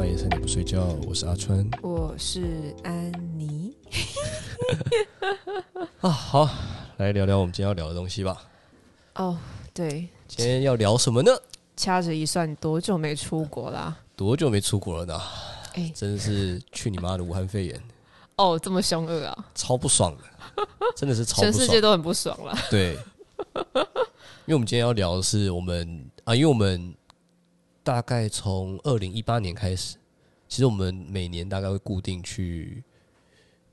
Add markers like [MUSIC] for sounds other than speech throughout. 哎不睡觉，我是阿川我是安妮。啊。好，来聊聊我们今天要聊的东西吧。哦，对，今天要聊什么呢？掐指一算，多久没出国啦？多久没出国了呢？哎真的是去你妈的武汉肺炎，哦，这么凶恶啊！超不爽的， [LAUGHS] 真的是超不全世界爽。都很不爽啦。对，因为我们今天要聊的是我们啊，因为我们大概从二零一八年开始，其实我们每年大概会固定去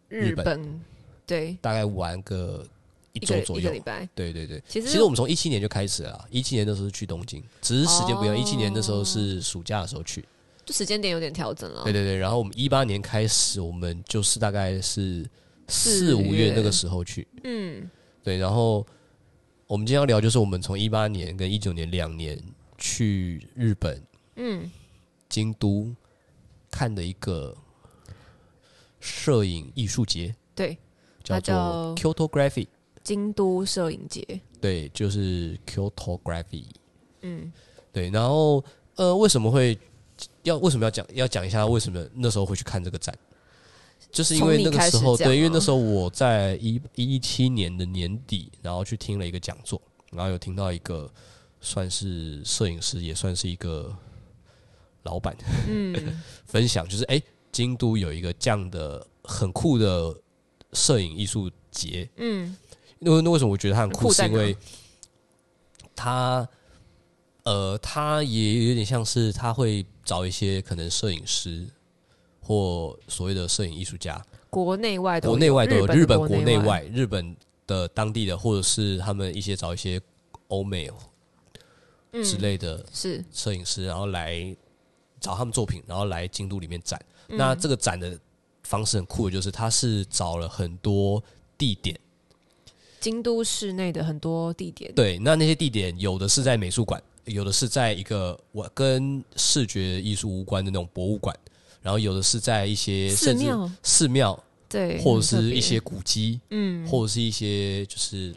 日日本本，对，大概玩个一一周个左一个右礼。拜。对对对，其实其实我们从一七年就开始了啦，一七年那时候是去东京，只是时间不一样。哦一七、年那时候是暑假的时候去，就时间点有点调整了。对对对。然后我们一八年开始，我们就是大概是四四五月月那个时候去，嗯，对。然后我们今天要聊就是我们从一八年跟一九年两年去日本，嗯，京都看的一个摄影艺术节，对，叫它做叫 Kyotography，京都摄影节，对，就是 Kyotography。嗯，对，然后呃，为什么会要为什么要讲要讲一下为什么那时候会去看这个展？就是因为那个时候，从你开始讲啊对，因为那时候我在一一七年的年底，然后去听了一个讲座，然后有听到一个算是摄影师，也算是一个老板，嗯，分享就是哎、诶京都有一个这样的很酷的摄影艺术节，嗯，那那为什么我觉得它很酷？酷是在因哪为它呃，他也有点像是他会找一些可能摄影师或所谓的摄影艺术家，国内外都有国内外都有，日日本本国的内内，外，日本的当地的，或者是他们一些找一些欧美之类的嗯是摄影师，然后来找他们作品，然后来京都里面展。嗯那这个展的方式很酷的，就是他是找了很多地点。京都市内的很多地点。对，那那些地点有的是在美术馆，有的是在一个我跟视觉艺术无关的那种博物馆，然后有的是在一些寺甚至庙，寺庙对，或者很特是别一些古迹，嗯，或者是一些就是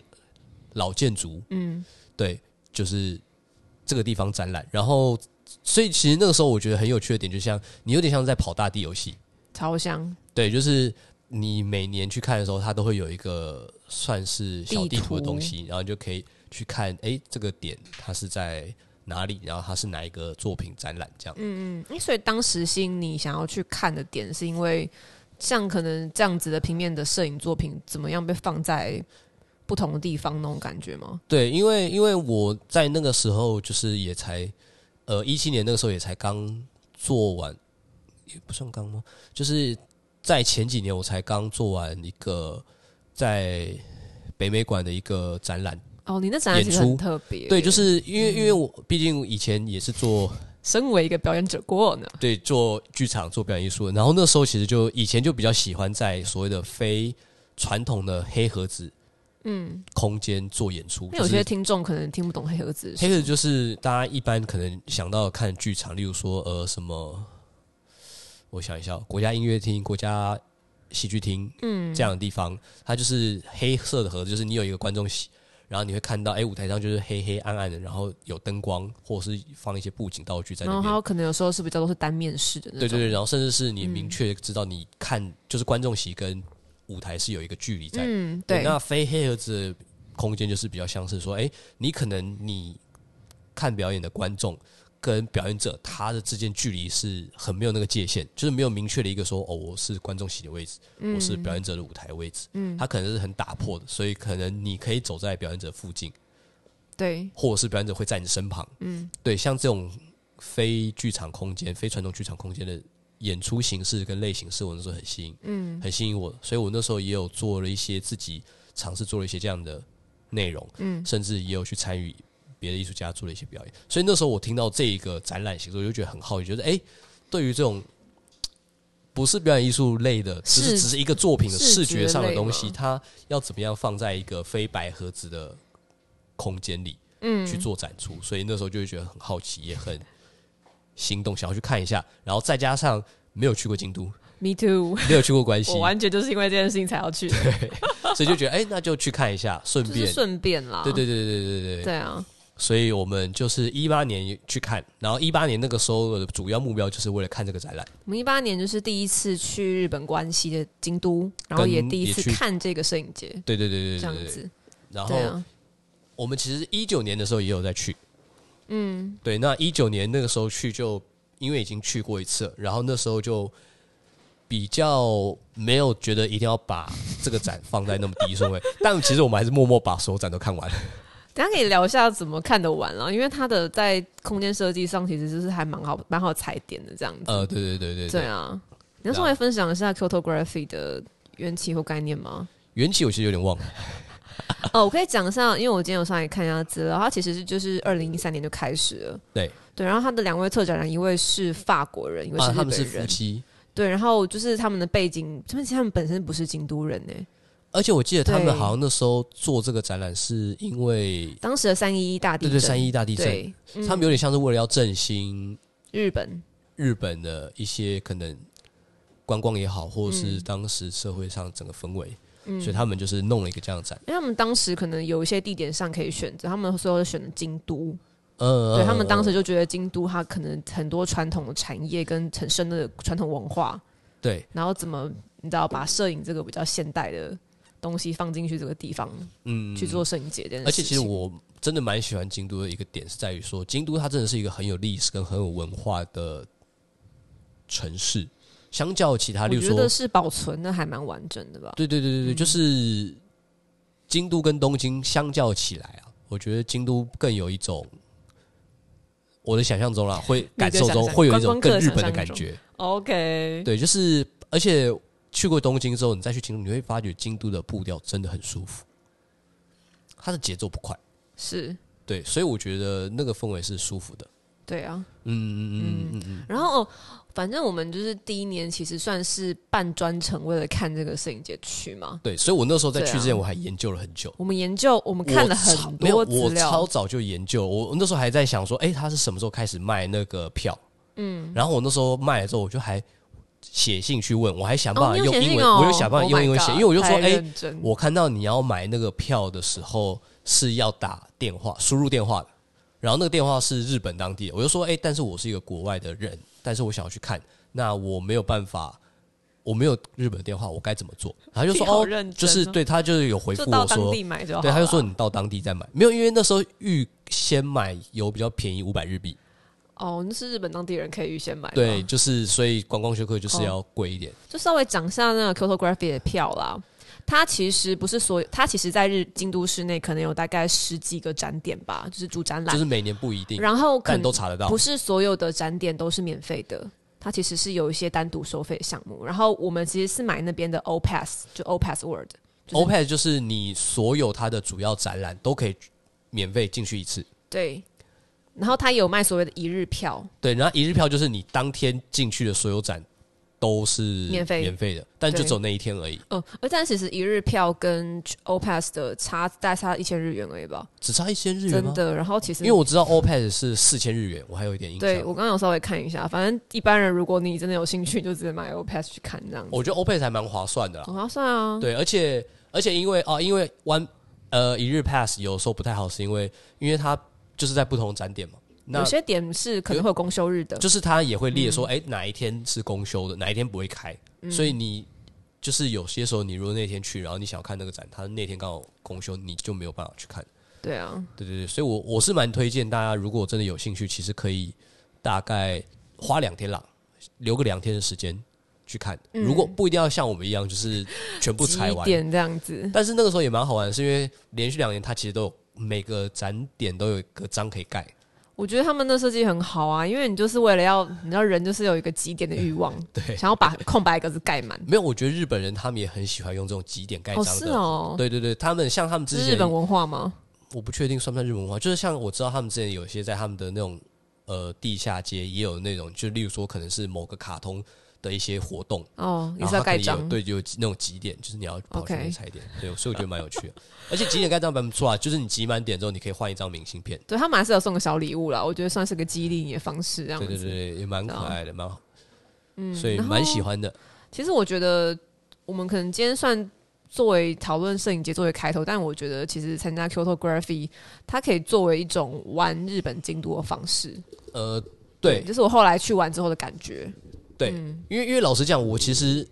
老建筑，嗯，对，就是这个地方展览。然后，所以其实那个时候我觉得很有趣的点，就像你有点像在跑大地游戏，超香对，就是你每年去看的时候，它都会有一个算是小地图的东西，然后你就可以去看，哎、这个点它是在哪里，然后它是哪一个作品展览这样。嗯，诶所以当时吸引你想要去看的点，是因为像可能这样子的平面的摄影作品，怎么样被放在不同的地方那种感觉吗？对，因为因为我在那个时候就是也才，呃，一七年那个时候也才刚做完，也不算刚吗？就是在前几年我才刚做完一个在北美馆的一个展览。哦，你那展览其实演很出特别，对，嗯就是因为因为我毕竟以前也是做。身为一个表演者过呢，对，做剧场、做表演艺术的。然后那时候其实就以前就比较喜欢在所谓的非传统的黑盒子，嗯，空间做演出。那有就是些听众可能听不懂黑盒子，黑盒子就是大家一般可能想到看剧场，例如说呃什么，我想一下哦，国家音乐厅、国家戏剧厅，嗯，这样的地方，它就是黑色的盒子，就是你有一个观众席。然后你会看到，哎，舞台上就是黑黑暗暗的，然后有灯光，或者是放一些布景道具在那然边。后它可能有时候是比较都是单面式的那对种，嗯对对，然后甚至是你明确知道你看、就是观众席跟舞台是有一个距离在的。嗯，对，那非黑盒子的空间就是比较像是说，哎，你可能你看表演的观众跟表演者他的之间距离是很没有那个界限，就是没有明确的一个说，哦，我是观众席的位置，嗯我是表演者的舞台位置，嗯，他可能是很打破的，所以可能你可以走在表演者附近，对，或者是表演者会在你身旁。嗯，对，像这种非剧场空间、非传统剧场空间的演出形式跟类型，是我那时候很吸引，嗯，很吸引我的。所以我那时候也有做了一些自己尝试做了一些这样的内容，嗯，甚至也有去参与别的艺术家做了一些表演。所以那时候我听到这一个展览形式，我就觉得很好奇，觉得哎、诶对于这种。不是表演艺术类的，只是视只是一个作品的视视觉觉上的类东嘛西，它要怎么样放在一个非白盒子的空间里，嗯去做展出，所以那时候就会觉得很好奇，也很心动，想要去看一下。然后再加上没有去过京都， ，Me too，没有去过关西 [LAUGHS] 我，完全就是因为这件事情才要去的，所以就觉得哎、那就去看一下，顺就便是顺便啦，啊对对对对对对对对啊，所以我们就是一八年去看，然后一八年那个时候的主要目标就是为了看这个展览，我们一八年就是第一次去日本关西的京都，然后也第一次也去看这个摄影节，对对对对这样对对对。子，然对后啊，我们其实一九年的时候也有在去，嗯，对。那一九年那个时候去就因为已经去过一次了，然后那时候就比较没有觉得一定要把这个展放在那么第一顺 [LAUGHS] 位，但其实我们还是默默把所有展都看完了。等一下可以聊一下怎么看得完啦，因为它的在空间设计上其实就是还蛮好蛮好踩点的这样子，呃，对对对对嗯对对。啊，你要稍微分享一下 photography 的缘起或概念吗？缘起我其实有点忘了，哦，我可以讲一下，因为我今天有上来看一下资料，它其实是就是二零一三年就开始了。对对，然后它的两位策展人，一位是法国人，一位是啊，他日们是本夫人。妻，对，然后就是他们的背景，他们其实他们本身不是京都人呢、而且我记得他们对好像那时候做这个展览是因为当时的三一一大地对震，对三一大地震，对嗯他们有点像是为了要振兴日本，日本的一些可能观光也好，或者嗯是当时社会上整个氛围，所以他们就是弄了一个这样的展。因为他们当时可能有一些地点上可以选择，他们所有的选的京都，呃，嗯对他们当时就就觉得京都它可能很多传统的产业跟很深的传统文化，嗯对，然后怎么你知道把摄影这个比较现代的东西放进去这个地方嗯，去做摄影节这件事情，而且其实我真的蛮喜欢京都的一个点是在于说，京都它真的是一个很有历史跟很有文化的城市，相较其他，我例如觉说得是嗯保存的还蛮完整的吧。对对对对对，就是京都跟东京相较起来啊，我觉得京都更有一种我的想象中啦，啊会感受想中象会有一种观光客更日本想的象感中觉。 OK，对，就是而且去过东京之后，你再去京都，你会发觉京都的步调真的很舒服，它的节奏不快。是，对，所以我觉得那个氛围是舒服的。对啊。嗯嗯嗯嗯嗯然后、哦、反正我们就是第一年，其实算是半专程为了看这个摄影节去嘛。对，所以我那时候在去之对前，啊我还研究了很久。我们研究，我们看了很没有，多我资超料，早就研究，我我那时候还在想说，哎、他是什么时候开始卖那个票？嗯，然后我那时候卖了之后，我就还写信去问，我还想办哦，法你有用写英信文，哦，我有想办法 Oh 用 my 英文写因 God，为我就说，太哎、认真我看到你要买那个票的时候是要打电话，输入电话的，然后那个电话是日本当地的，我就说，哎、但是我是一个国外的人，但是我想要去看，那我没有办法。我没有日本电话，我该怎么做？ [LAUGHS] 然后他就说你好哦认，就真是哦对他就是有回复就我到说，哎当地买就好。对，他就说，你到当地再买，没有，因为那时候预先买有比较便宜五百日币，哦，那是日本当地人可以预先买吗，对，就是所以观光休克哦就是要贵一点，就稍微讲一下那个 photography 的票啦。它其实不是所有，它其实在日京都市内可能有大概十几个展点吧，就是主展览，就是每年不一定，然后可但都能查得到不。是所有的展点都是免费的。它其实是有一些单独收费项目，然后我们其实是买那边的 O Pass，就 O Pass World，就是 o p e 就是你所有它的主要展览都可以免费进去一次，对。然后它有卖所谓的一日票，对，然后一日票就是你当天进去的所有展都是免费免费的，但就对只有那一天而已，嗯，而但其实一日票跟 O Pass 的差大概差一千日元而已吧，只差一千日元真吗？的。然后其实因为我知道 o p e 是四千日元，我还有一点印象。对我刚刚有稍微看一下，反正一般人如果你真的有兴趣，就直接买 O Pass 去看这样子，我觉得 o p e 还蛮划算的啦。很划算啊。对，而且而且因为啊，因为 one 呃一日 pass 有时候不太好，是因为因为它就是在不同展点嘛，那有些点是可能会有公休日的，就是它也会列嗯说，哎、哪一天是公休的，哪一天不会开，所以你就是有些时候你如果那天去，然后你想要看那个展，它那天刚好公休，你就没有办法去看。对啊，对对对，所以我我是蛮推荐大家，如果真的有兴趣，其实可以大概花两天啦，留个两天的时间去看。如果不一定要像我们一样，就是全部嗯几拆完，点这样子，但是那个时候也蛮好玩的，是因为连续两年它其实都有每个展点都有一个章可以盖，我觉得他们的设计很好啊，因为你就是为了要，你知道人就是有一个极点的欲望， [LAUGHS] 对想要把空白格子盖满。没有，我觉得日本人他们也很喜欢用这种几点盖哦，章是的。哦，对对对，他们像他们这之是前，日本文化吗？我不确定算不算日本文化，就是像我知道他们之前有些在他们的那种呃地下街也有那种，就例如说可能是某个卡通的一些活动，哦，也然是后它要可盖能也有章。对，就有那种几点，就是你要跑去那 OK 边踩点，对，所以我觉得蛮有趣的。而且几点盖章蛮不错啊，就是你集满点之后，你可以换一张明信片。对他们还是有送个小礼物啦，我觉得算是个激励你的方式，这样对子。对对对，也蛮可对啊爱的，蛮好，所以然后蛮喜欢的。其实我觉得我们可能今天算作为讨论摄影节作为开头，但我觉得其实参加 Kyoto Graphy 它可以作为一种玩日本京都的方式。呃，对这是我后来去玩之后的感觉。对，嗯因为因为老实讲，我其实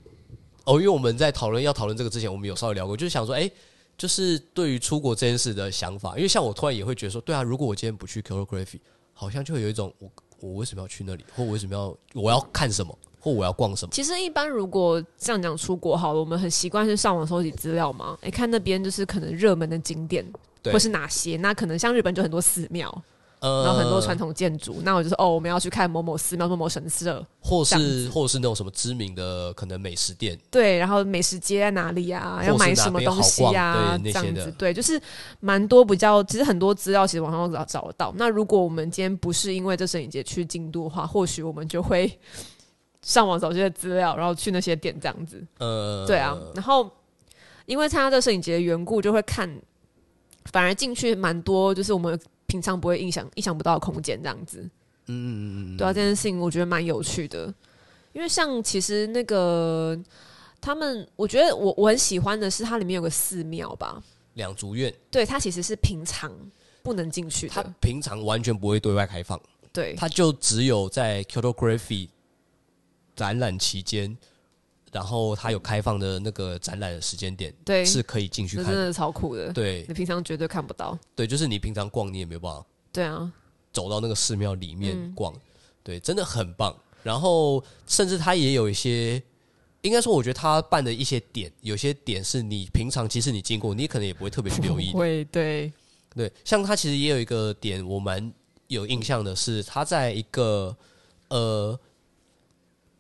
哦，因为我们在讨论要讨论这个之前，我们有稍微聊过，就是想说，哎、就是对于出国这件事的想法，因为像我突然也会觉得说，对啊，如果我今天不去 c h o r o g r a p h y 好像就会有一种我我为什么要去那里，或我为什么要我要看什么，或我要逛什么，其实一般如果这样讲出国好了，我们很习惯是上网搜集资料嘛，哎、看那边就是可能热门的景点对或是哪些，那可能像日本就很多寺庙，呃，然后很多传，统建筑，那我就是哦，我们要去看某某寺庙、某某神社，或这样是或是那种什么知名的可能美食店，对，然后美食街在哪里啊？或是要买什么东西哪啊？边好逛对这样那些的子，对，就是蛮多比较，其实很多资料其实网上都找找得到。那如果我们今天不是因为这摄影节去京都的话，或许我们就会上网找这些资料，然后去那些店这样子。呃，对啊，然后因为参加这摄影节的缘故，就会看，反而进去蛮多，就是我们平常不会印象意想不到的空间这样子。嗯，嗯嗯嗯，对啊，这件事情我觉得蛮有趣的，因为像其实那个他们，我觉得我我很喜欢的是它里面有个寺庙吧，两族院，对，它其实是平常不能进去它的，平常完全不会对外开放。对，它就只有在 Kyoto Graphy 展览期间，然后它有开放的那个展览的时间点，对是可以进去那看真的。的超酷的，对你平常绝对看不到，对，就是你平常逛，你也没有办法对啊，走到那个寺庙里面嗯逛。对，真的很棒。然后，甚至它也有一些，应该说，我觉得它办的一些点，有些点是你平常即使你经过，你可能也不会特别去留意的。 [LAUGHS] 会对，对，像他其实也有一个点，我蛮有印象的是，他在一个呃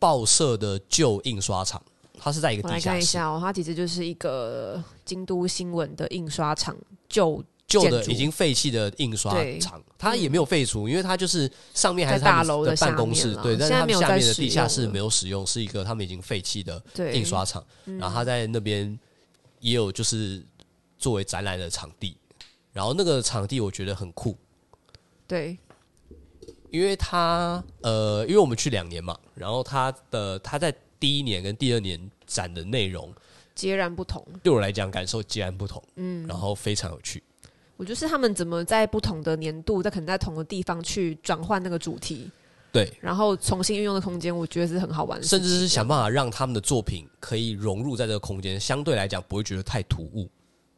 报社的旧印刷厂，他是在一个我地来看下一室，下哦，它其实就是一个京都新闻的印刷厂旧旧的建筑已经废弃的印刷对嗯厂，它也没有废除，因为它就是上面还是在大他们楼的的下办公室面，啦对，但现是在他们没有下在面的使地下用室了没有使用，是一个他们已经废弃的对嗯印刷厂，然后他在那边也有就是作为展览的场地，然后那个场地我觉得很酷，对因为他呃，因为我们去两年嘛，然后他的他在第一年跟第二年展的内容，截然不同，对我来讲感受截然不同，嗯，然后非常有趣，我就是他们怎么在不同的年度，在可能在同个地方去转换那个主题。对，然后重新运用的空间，我觉得是很好玩的事情，甚至是想办法让他们的作品可以融入在这个空间，相对来讲不会觉得太突兀，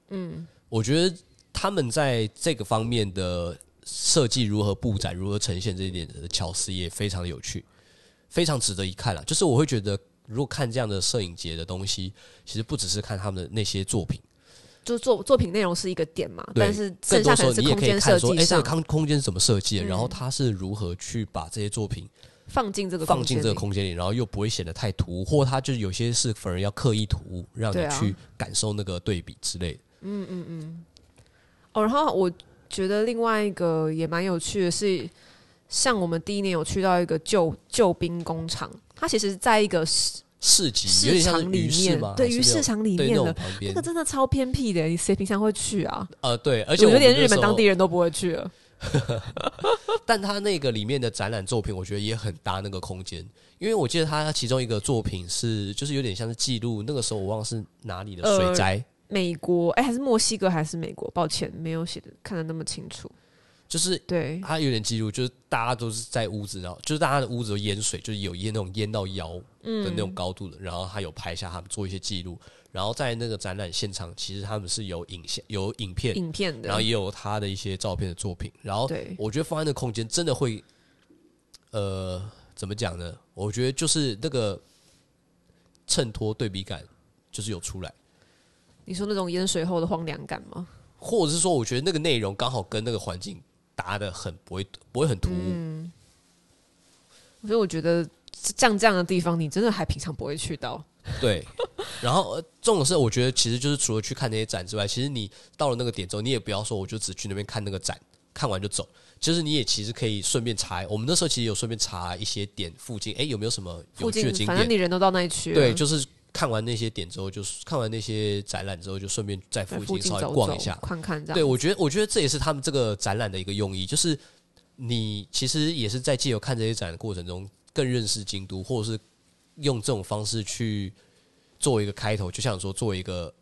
嗯，我觉得他们在这个方面的设计如何布展、如何呈现这一点的巧思也非常的有趣，非常值得一看啦。就是我会觉得，如果看这样的摄影节的东西，其实不只是看他们的那些作品。就作作品内容是一个点嘛，对但是更剩多下时可候能是你也空可以间看设说，计哎、这个上空嗯空间是怎么设计的？然后它是如何去把这些作品放进这个放进这个空间空间里，然后又不会显得太突兀，或它就是有些是反而要刻意突兀，让你对啊去感受那个对比之类的。里哦。然后我觉得另外一个也蛮有趣的是，像我们第一年有去到一个旧旧兵工厂，它其实在一个市市集有市点像是场里鱼市面吗？，对还是于市场里那种对面那种的。旁那边个，真的超偏僻的，你谁平常会去啊？呃，对，而而且我我觉得连们那日本时当候地人都不会去了。但他那个里面的展览作品，我觉得也很搭那个空间，因为我记得他其中一个作品是，就是有点像是记录那个时候我忘了是哪里的水呃灾，美国，哎、还是墨西哥，还是美国？抱歉，没有写的看的那么清楚。就是对，他有点记录，就是大家都是在屋子，然后就是大家的屋子都淹水，就是有淹那种淹到腰的那种高度的，然后他有拍下他们做一些记录，然后在那个展览现场，其实他们是有影像、有影片，影片的，然后也有他的一些照片的作品，然后对我觉得放在那空间真的会，呃，怎么讲呢？我觉得就是那个衬托对比感就是有出来，你说那种淹水后的荒凉感吗？或者是说，我觉得那个内容刚好跟那个环境搭的很不会不会很突兀。所以我觉得像这样的地方，你真的还平常不会去到。对，然后呃这种事，我觉得其实就是除了去看那些展之外，其实你到了那个点之后，你也不要说我就只去那边看那个展，看完就走。其实你也其实可以顺便查，我们那时候其实有顺便查一些点附近，哎，有没有什么有附趣的近景反正你点？人都到那一区了，对，就是看完那些点之后，就是看完那些展览之后，就顺便在在附附近近稍走微走逛一下。看看这样。对，我觉得我觉得这也是他们这个展览的一个用意，就是你其实也是在借由看这些展的过程中，更认识京都，或者是用这种方式去做一个开头，就像说做一个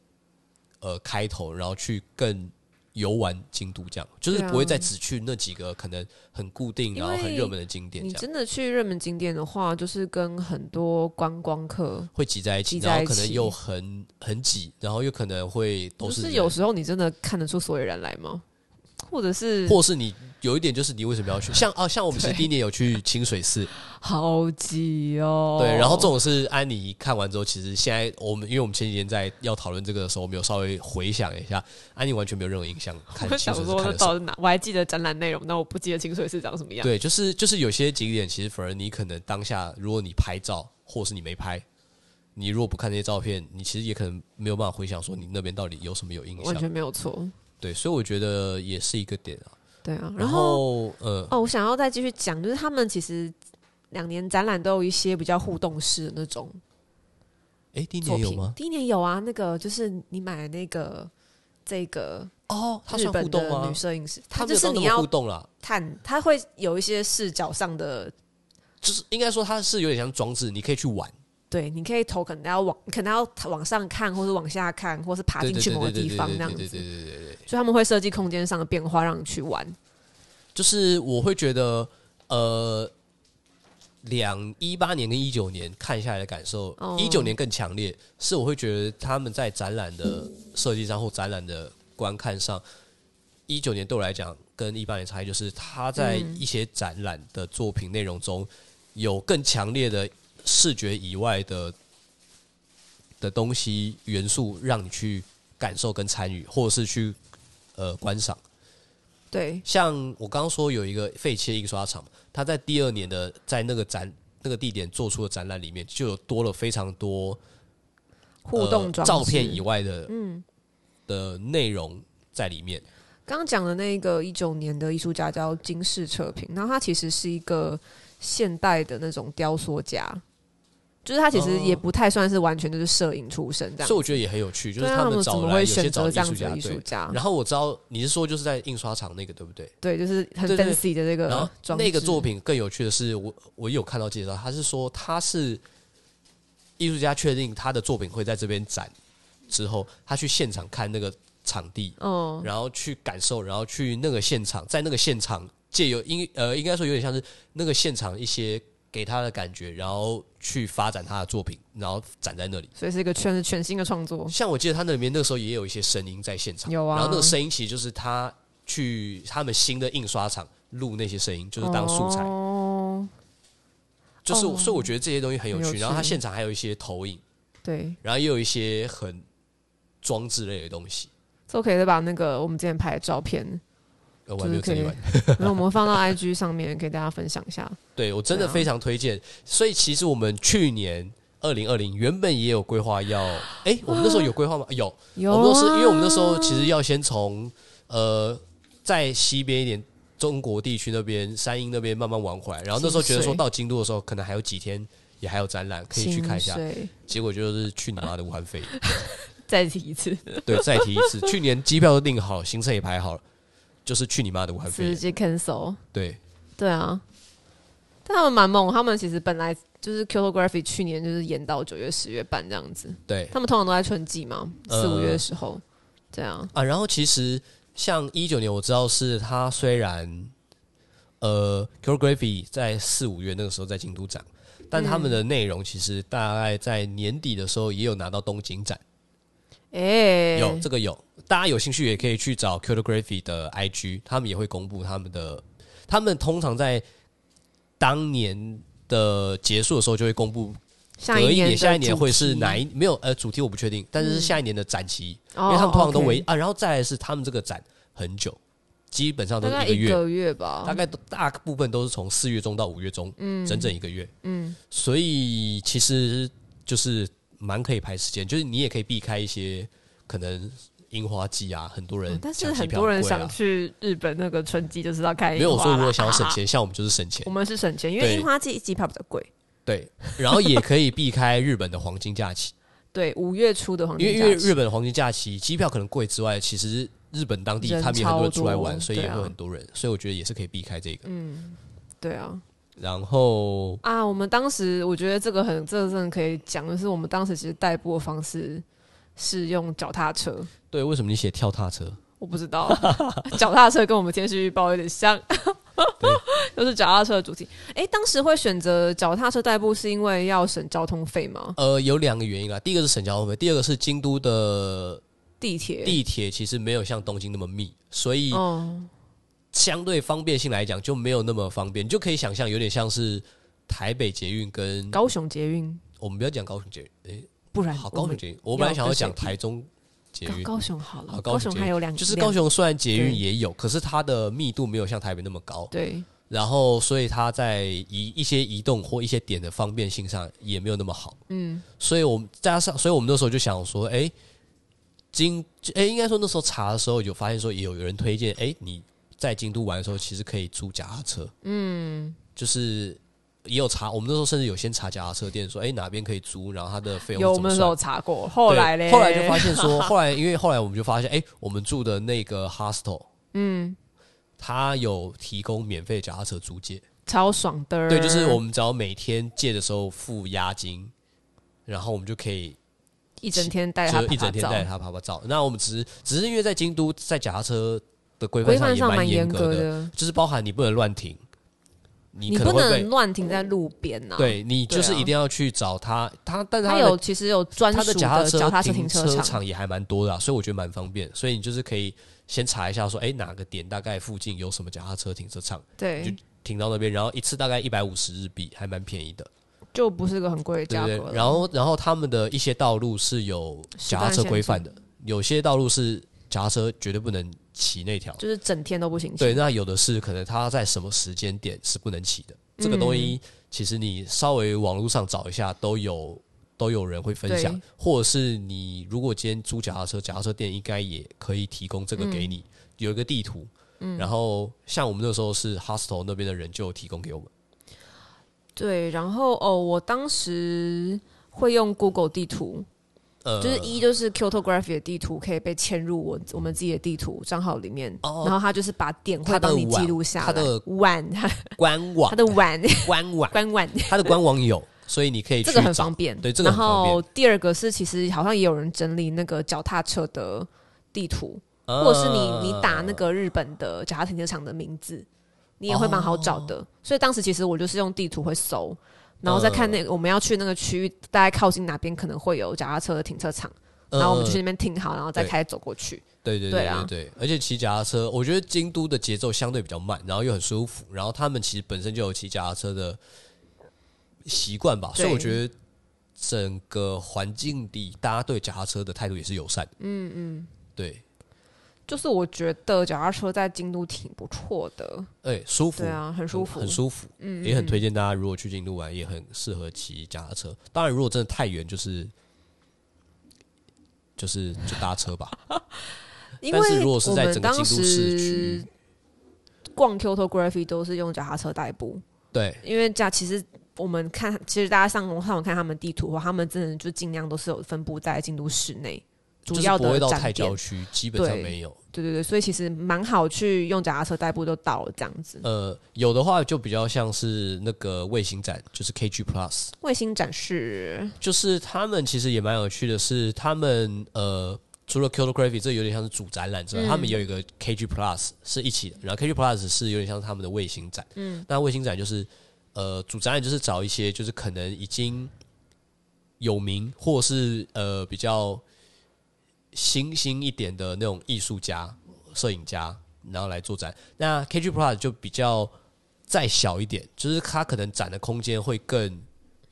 呃开头，然后去更游玩京都，这样就是对啊不会再只去那几个可能很固定因然后很为热门的景点，你这样真的去热门景点的话，就是跟很多观光客，会挤在一起，挤在然一后可能起又很很挤，然后又可能会都就是是人有时候你真的看得出所以然来吗？或者是或是你有一点就是你为什么要去？像啊，像我们其实 [LAUGHS] 对第一年有去清水寺，好挤哦？对，然后这种是安妮看完之后，其实现在我们因为我们前几天在要讨论这个的时候，我们有稍微回想一下，安妮完全没有任何印象， [LAUGHS] 看 [LAUGHS] 我清想水寺说看那的什么。到底哪？我还记得展览内容，但我不记得清水寺长 [LAUGHS] 什么样。对，就是就是有些景点，其实反而你可能当下，如果你拍照，或是你没拍，你如果不看那些照片，你其实也可能没有办法回想说你那边到底有什么有印完象。全没有错。对，所以我觉得也是一个点啊。对啊，然然后呃，哦，我想要再继续讲，就是他们其实两年展览都有一些比较互动式的那种哎，第一作年有品。吗？第一年有啊，那个就是你买那个这个哦，它日算互本动的吗女？摄影师，它她没就有是到那你么要互动啦，探，她会有一些视角上的。就是应该说它是有点像装置，你可以去玩。对，你可以头可能要往，可能要往上看，或是往下看，或是爬对进对去对某个对对地对方对这样对对子。对对对对，所以他们会设计空间上的变化让你去玩。就是我会觉得，呃，两一八年跟一九年看下来的感受哦，一九、年更强烈，是我会觉得他们在展览的设计上或展览的观看上，一九年对我来讲跟一八年差异就是，他在嗯一些展览的作品内容中有更强烈的视觉以外的的东西元素，让你去感受跟参与，或者是去呃观赏。对，像我刚刚说有一个废弃的印刷厂，它在第二年的在那个展那个地点做出的展览里面，就有多了非常多互动呃装置、照片以外的嗯的内容在里面。刚刚讲的那个一九年的艺术家叫金世彻平，然后他其实是一个现代的那种雕塑家，就是他其实也不太算是完全就是摄影出身这哦所以样。我觉得也很有趣，就是对啊他他们找怎么来有会些选找择这艺样术子家的艺术对。家？然后我知道你是说就是在印刷厂那个对不对？对，就是很对对对 fancy 的这然后个啊装置。那个作品更有趣的是，我我有看到介绍，他是说他是艺术家确定他的作品会在这边展之后，他去现场看那个场地，嗯，然后去感受，然后去那个现场，在那个现场借由应呃，应该说有点像是那个现场一些给他的感觉，然后去发展他的作品，然后展在那里。所以是一个全全新的创作。像我记得他那里面那时候也有一些声音在现场，哦有啊然后那个声音其实就是他去他们新的印刷厂录那些声音，就是当素材。哦，就是哦所以我觉得这些东西很有很有趣。趣然后他现场还有一些投影，对，然后也有一些很装置类的东西。这我可以再把那个我们之前拍的照片，呃，我还没有整就是可理以完。 [LAUGHS] 然后我们放到 IG 上面给大家分享一下。对我真的对啊非常推荐。所以其实我们去年二零二零原本也有规划要，诶，我们那时候有规划吗？有，有我们那时候啊因为我们那时候其实要先从呃在西边一点中国地区那边山阴那边慢慢玩回来，然后那时候觉得清说水到京都的时候，可能还有几天也还有展览可以去看一下清。水结果就是去你妈的武汉肺炎。 [LAUGHS] 再提一次，对，再提一次，去年机票都订好，行程也排好了，就是去你妈的武汉肺直炎。接 cancel。对，对啊，但他们蛮猛，他们其实本来就是 Kilography 去年就是延到九月、十月办这样子，对他们通常都在春季嘛，呃四五月的时候，对啊，啊，然后其实像一九年，我知道是他虽然呃 c u r g r a p h y 在四五月那个时候在京都展，但他们嗯的内容其实大概在年底的时候也有拿到东京展，哎、有这个有，大家有兴趣也可以去找 c u r g r a p h y 的 IG，他们也会公布他们的，他们通常在当年的结束的时候就会公布下隔一年的嗯下一年会是哪一？一没有呃主题我不确定，但是是下一年的展期，因因为他们通常都围、啊，然后再来是他们这个展很久，基本上都大是概一个一月，个嗯月吧，大概都大部分都是从四月中到五月中，整整一个月，嗯，所以其实就是蛮可以排时间，就是你也可以避开一些可能樱花季啊，很多人、嗯但是抢机很票多人贵啊想去日本那个春季就知道看樱没花有说如果啦想要省，哈哈钱，像我们就是省钱我，们是省 [LAUGHS] 钱，因对为樱花季机票比较贵。对，然后也可以避开日本的黄金假期。对，五月初的黄因金为假期，因为日本的黄金假期机票可能贵之外，其实日本当地人他们也很多人出来玩，超多所以也对啊会很多人，所以我觉得也是可以避开这个。对啊，然后啊，我们当时我觉得这个很，这个真的可以讲的是，我们当时其实代播的方式是用脚踏车。对，为什么你写跳踏车？我不知 [LAUGHS] 道，脚踏车跟我们天气预报有点像， [LAUGHS] 都是脚踏车的主题。诶，当时会选择脚踏车代步，是因为要省交通费吗？呃，有两个原因啦，第一个是省交通费，第二个是京都的地铁？地铁其实没有像东京那么密，所以哦，相对方便性来讲就没有那么方便。你就可以想象，有点像是台北捷运跟高雄捷运，我们不要讲高雄捷运，不然好，我高雄们捷运，我本来想要讲跟谁比台中捷运，高高雄好了，好高高雄雄捷运还有嗯两就是高两雄虽然捷对运也有，可是它的密度没有像台北那么高，对然后所以它在移一些移动或一些点的方便性上也没有那么好。嗯，所以我们加上，所以我们那时候就想说，哎、京，哎、应该说那时候查的时候有发现说，也有人推荐，哎、你在京都玩的时候，其实可以租脚踏车，嗯，就是也有查，我们那时候甚至有先查脚踏车店，说，哎、哪边可以租，然后它的费用有是我怎么们算有。查过，后对来嘞，后来就发现 [LAUGHS] 说，后来因为后来我们就发现，哎、我们住的那个 hostel，嗯，它有提供免费脚踏车租借，超爽的，对，就是我们只要每天借的时候付押金，然后我们就可以一整天带着他就一整天带着拍他拍拍照。那我们只是只是因为在京都在脚踏车的规照规范范也上蛮严格的，的，就是包含你不能乱停，你你可能不会能被乱停在路边呐。，对你就是对啊一定要去找他，他但是它他有其实有专他属的的脚踏脚踏车停车场，场也还蛮多的、啊，所以我觉得蛮方便。所以你就是可以先查一下说，哎、哪个点大概附近有什么脚踏车停车场，对，停到那边，然后一次大概一百五十日币，还蛮便宜的。就不是个很贵的对价对格对，了。然后然后他们的一些道路是有脚踏车规范的，有些道路是脚踏车绝对不能骑那条。就是整天都不行。对，，那有的是可能他在什么时间点是不能骑的。这个东嗯西其实你稍微网络上找一下，都有都有人会分享对，或者是你如果今天租脚踏车，脚踏车店应该也可以提供这个嗯给你，有一个地图。然后像我们那时候是 hostel 那边的人就有提供给我们。对，然后哦，我当时会用 Google 地图，呃，就是一就是 Cartography 的地图可以被嵌入我我们自己的地图账号里面，哦然后它就是把点会它的帮你碗记录下来。它的碗，它官网它，的碗， [LAUGHS] 官网，官碗，它的官网有，所以你可以去这个很找方便。对这个然很方便后第二个是，其实好像也有人整理那个脚踏车的地图，啊或者是你你打那个日本的脚踏停车场的名字，你也会蛮好找哦的。所以当时其实我就是用地图会搜，然后再看呃那个我们要去那个区域，大概靠近哪边可能会有脚踏车的停车场，然后我们就去那边停好，然后再呃对开走过去。对对对对啊对对，而且骑脚踏车，我觉得京都的节奏相对比较慢，然后又很舒服，然后他们其实本身就有骑脚踏车的习惯吧，对所以我觉得整个环境里大家对脚踏车的态度也是友善。嗯嗯，对，就是我觉得脚踏车在京都挺不错的，哎、舒服，对啊，很舒服，很舒服，嗯，也很推荐大家如果去京都玩，也很适合骑脚踏车。当然，如果真的太远，就是就是就搭车吧。因但是为如果是我在们整个当京都市时区，逛 Kyoto-graphy 都是用脚踏车代步，对，因为这样其实我们看，其实大家上网上网看他们地图的话，他们真的就尽量都是有分布在京都市内主就是要不的会到站太点郊。区，基本上对没有。对对对，所以其实蛮好去用脚踏车代步都到了这样子。呃，有的话就比较像是那个卫星展，就是 KG Plus，卫星展示，就是他们其实也蛮有趣的是，他们呃除了 Kyoto Graphy 这有点像是主展览之外，他们也有一个 KG Plus 是一起的，然后 KG Plus 是有点像他们的卫星展，嗯，那卫星展就是呃主展览就是找一些就是可能已经有名或是呃比较新兴一点的那种艺术家、摄影家，然后来做展。那 KG Plus 就比较再小一点，就是它可能展的空间会更